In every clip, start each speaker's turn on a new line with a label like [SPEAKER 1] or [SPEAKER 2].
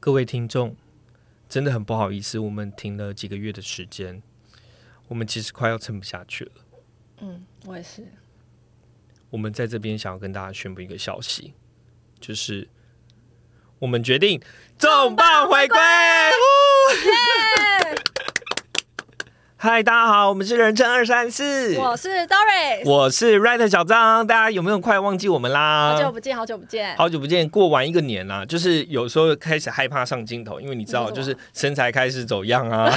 [SPEAKER 1] 各位听众，真的很不好意思，我们停了几个月的时间，我们其实快要撑不下去了。
[SPEAKER 2] 嗯，我也是。
[SPEAKER 1] 我们在这边想要跟大家宣布一个消息，就是我们决定重磅回归。嗨，大家好，我们是人称二三四，
[SPEAKER 2] 我是 Doris，
[SPEAKER 1] 我是 Right 小张，大家有没有快忘记我们啦？
[SPEAKER 2] 好久不见，好久不见。
[SPEAKER 1] 啊好久不见，过完一个年啦、就是有时候开始害怕上镜头，因为你知道，
[SPEAKER 2] 你
[SPEAKER 1] 就
[SPEAKER 2] 说什
[SPEAKER 1] 是
[SPEAKER 2] 么
[SPEAKER 1] 身材开始走样啊，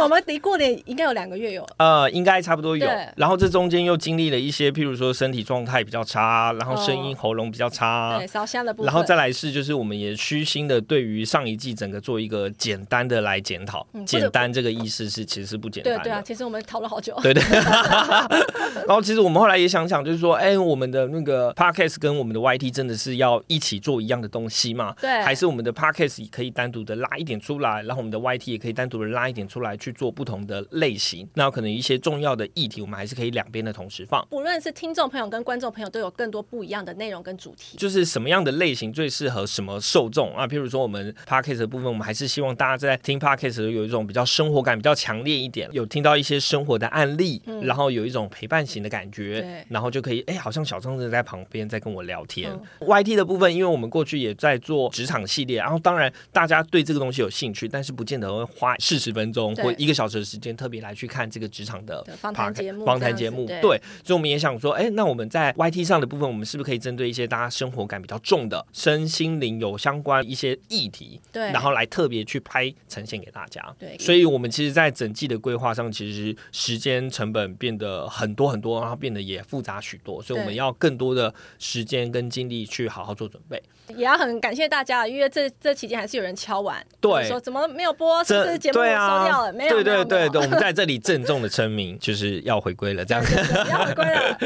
[SPEAKER 2] 我们离过年应该有两个月有了。
[SPEAKER 1] 呃，应该差不多有
[SPEAKER 2] 对。
[SPEAKER 1] 然后这中间又经历了一些，譬如说身体状态比较差，然后声音
[SPEAKER 2] 哦
[SPEAKER 1] 喉咙比较差
[SPEAKER 2] 对，，烧香的部分。
[SPEAKER 1] 啊然后再来是就是我们也虚心的对于上一季整个做一个简单的来检讨
[SPEAKER 2] 嗯或，者
[SPEAKER 1] 简单这个意思是其实是不简单
[SPEAKER 2] 对
[SPEAKER 1] 的，
[SPEAKER 2] 对啊，其实我们讨论好久。
[SPEAKER 1] 对 对。然后其实我们后来也想想，就是说，哎、我们的那个 podcast 跟我们的 YT 真的是要一起做一样的东西嘛？
[SPEAKER 2] 对
[SPEAKER 1] 还是我们的 podcast 可以单独的拉一点出来，然后我们的 YT 也可以单独的拉一点出来去做不同的类型。那可能一些重要的议题，我们还是可以两边的同时放。
[SPEAKER 2] 不论是听众朋友跟观众朋友，都有更多不一样的内容跟主题。
[SPEAKER 1] 就是什么样的类型最适合什么受众啊？譬如说我们 podcast 的部分，我们还是希望大家在听 podcast 的时候有一种比较生活感比较强烈一点，有听到一些生活的案例，然后有一种陪伴型的感觉
[SPEAKER 2] 嗯对，
[SPEAKER 1] 然后就可以哎、好像小张子在旁边在跟我聊天。YT
[SPEAKER 2] 嗯
[SPEAKER 1] 的部分，因为我们过去也在做职场系列，然后当然大家对这个东西有兴趣，但是不见得会花四十分钟
[SPEAKER 2] 对
[SPEAKER 1] 或一个小时的时间特别来去看这个职场的
[SPEAKER 2] 对访谈
[SPEAKER 1] podcast-
[SPEAKER 2] 节目
[SPEAKER 1] 访谈
[SPEAKER 2] 这
[SPEAKER 1] 节
[SPEAKER 2] 样子
[SPEAKER 1] 目，
[SPEAKER 2] 对
[SPEAKER 1] 对。所以我们也想说，哎，那我们在 YT 上的部分，我们是不是可以针对一些大家生活感比较重的、身心灵有相关一些议题，
[SPEAKER 2] 对
[SPEAKER 1] 然后来特别去拍呈现给大家？
[SPEAKER 2] 对
[SPEAKER 1] 所以我们其实，在整季的规划上，其实时间成本变得很多很多，然后变得也复杂许多，所以我们
[SPEAKER 2] 对
[SPEAKER 1] 要更多的时间跟精力去好好做准备。
[SPEAKER 2] 也要很感谢大家，因为这这期间还是有人敲碗，
[SPEAKER 1] 对
[SPEAKER 2] 就是说怎么没有播，是不
[SPEAKER 1] 这
[SPEAKER 2] 是节目收
[SPEAKER 1] 对啊
[SPEAKER 2] 掉了？没有，
[SPEAKER 1] 对
[SPEAKER 2] 没
[SPEAKER 1] 对
[SPEAKER 2] 有
[SPEAKER 1] 对对，
[SPEAKER 2] 没
[SPEAKER 1] 我
[SPEAKER 2] 有
[SPEAKER 1] 们在这里郑重的声明，就是要回归了这样子。
[SPEAKER 2] 不要回 归了。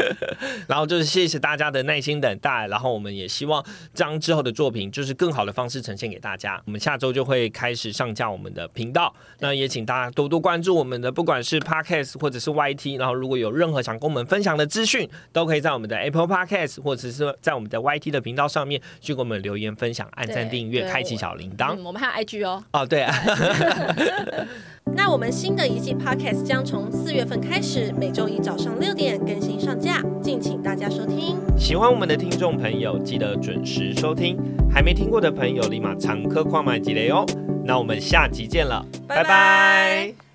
[SPEAKER 1] 然后就是谢谢大家的耐心等待，然后我们也希望将之后的作品就是更好的方式呈现给大家。我们下周就会开始上架我们的频道，那也请大家多多关注我们的，不管是 Podcast 或者是 YT。然后如果有任何想跟我们分享的资讯，都可以在我们的 Apple Podcast 或者是在我们的 YT 的频道上面去给我们留言分享、按赞、
[SPEAKER 2] 对
[SPEAKER 1] 订阅、
[SPEAKER 2] 对
[SPEAKER 1] 开启小铃铛。
[SPEAKER 2] 嗯，我们还有 IG 哦。
[SPEAKER 1] 哦，对啊，
[SPEAKER 2] 那我们新的一季 Podcast 将从四月份开始，每周一早上六点更新上架，敬请大家收听。
[SPEAKER 1] 喜欢我们的听众朋友，记得准时收听；还没听过的朋友，立马长科跨买几雷哦。那我们下集见了，
[SPEAKER 2] 拜拜
[SPEAKER 1] 拜拜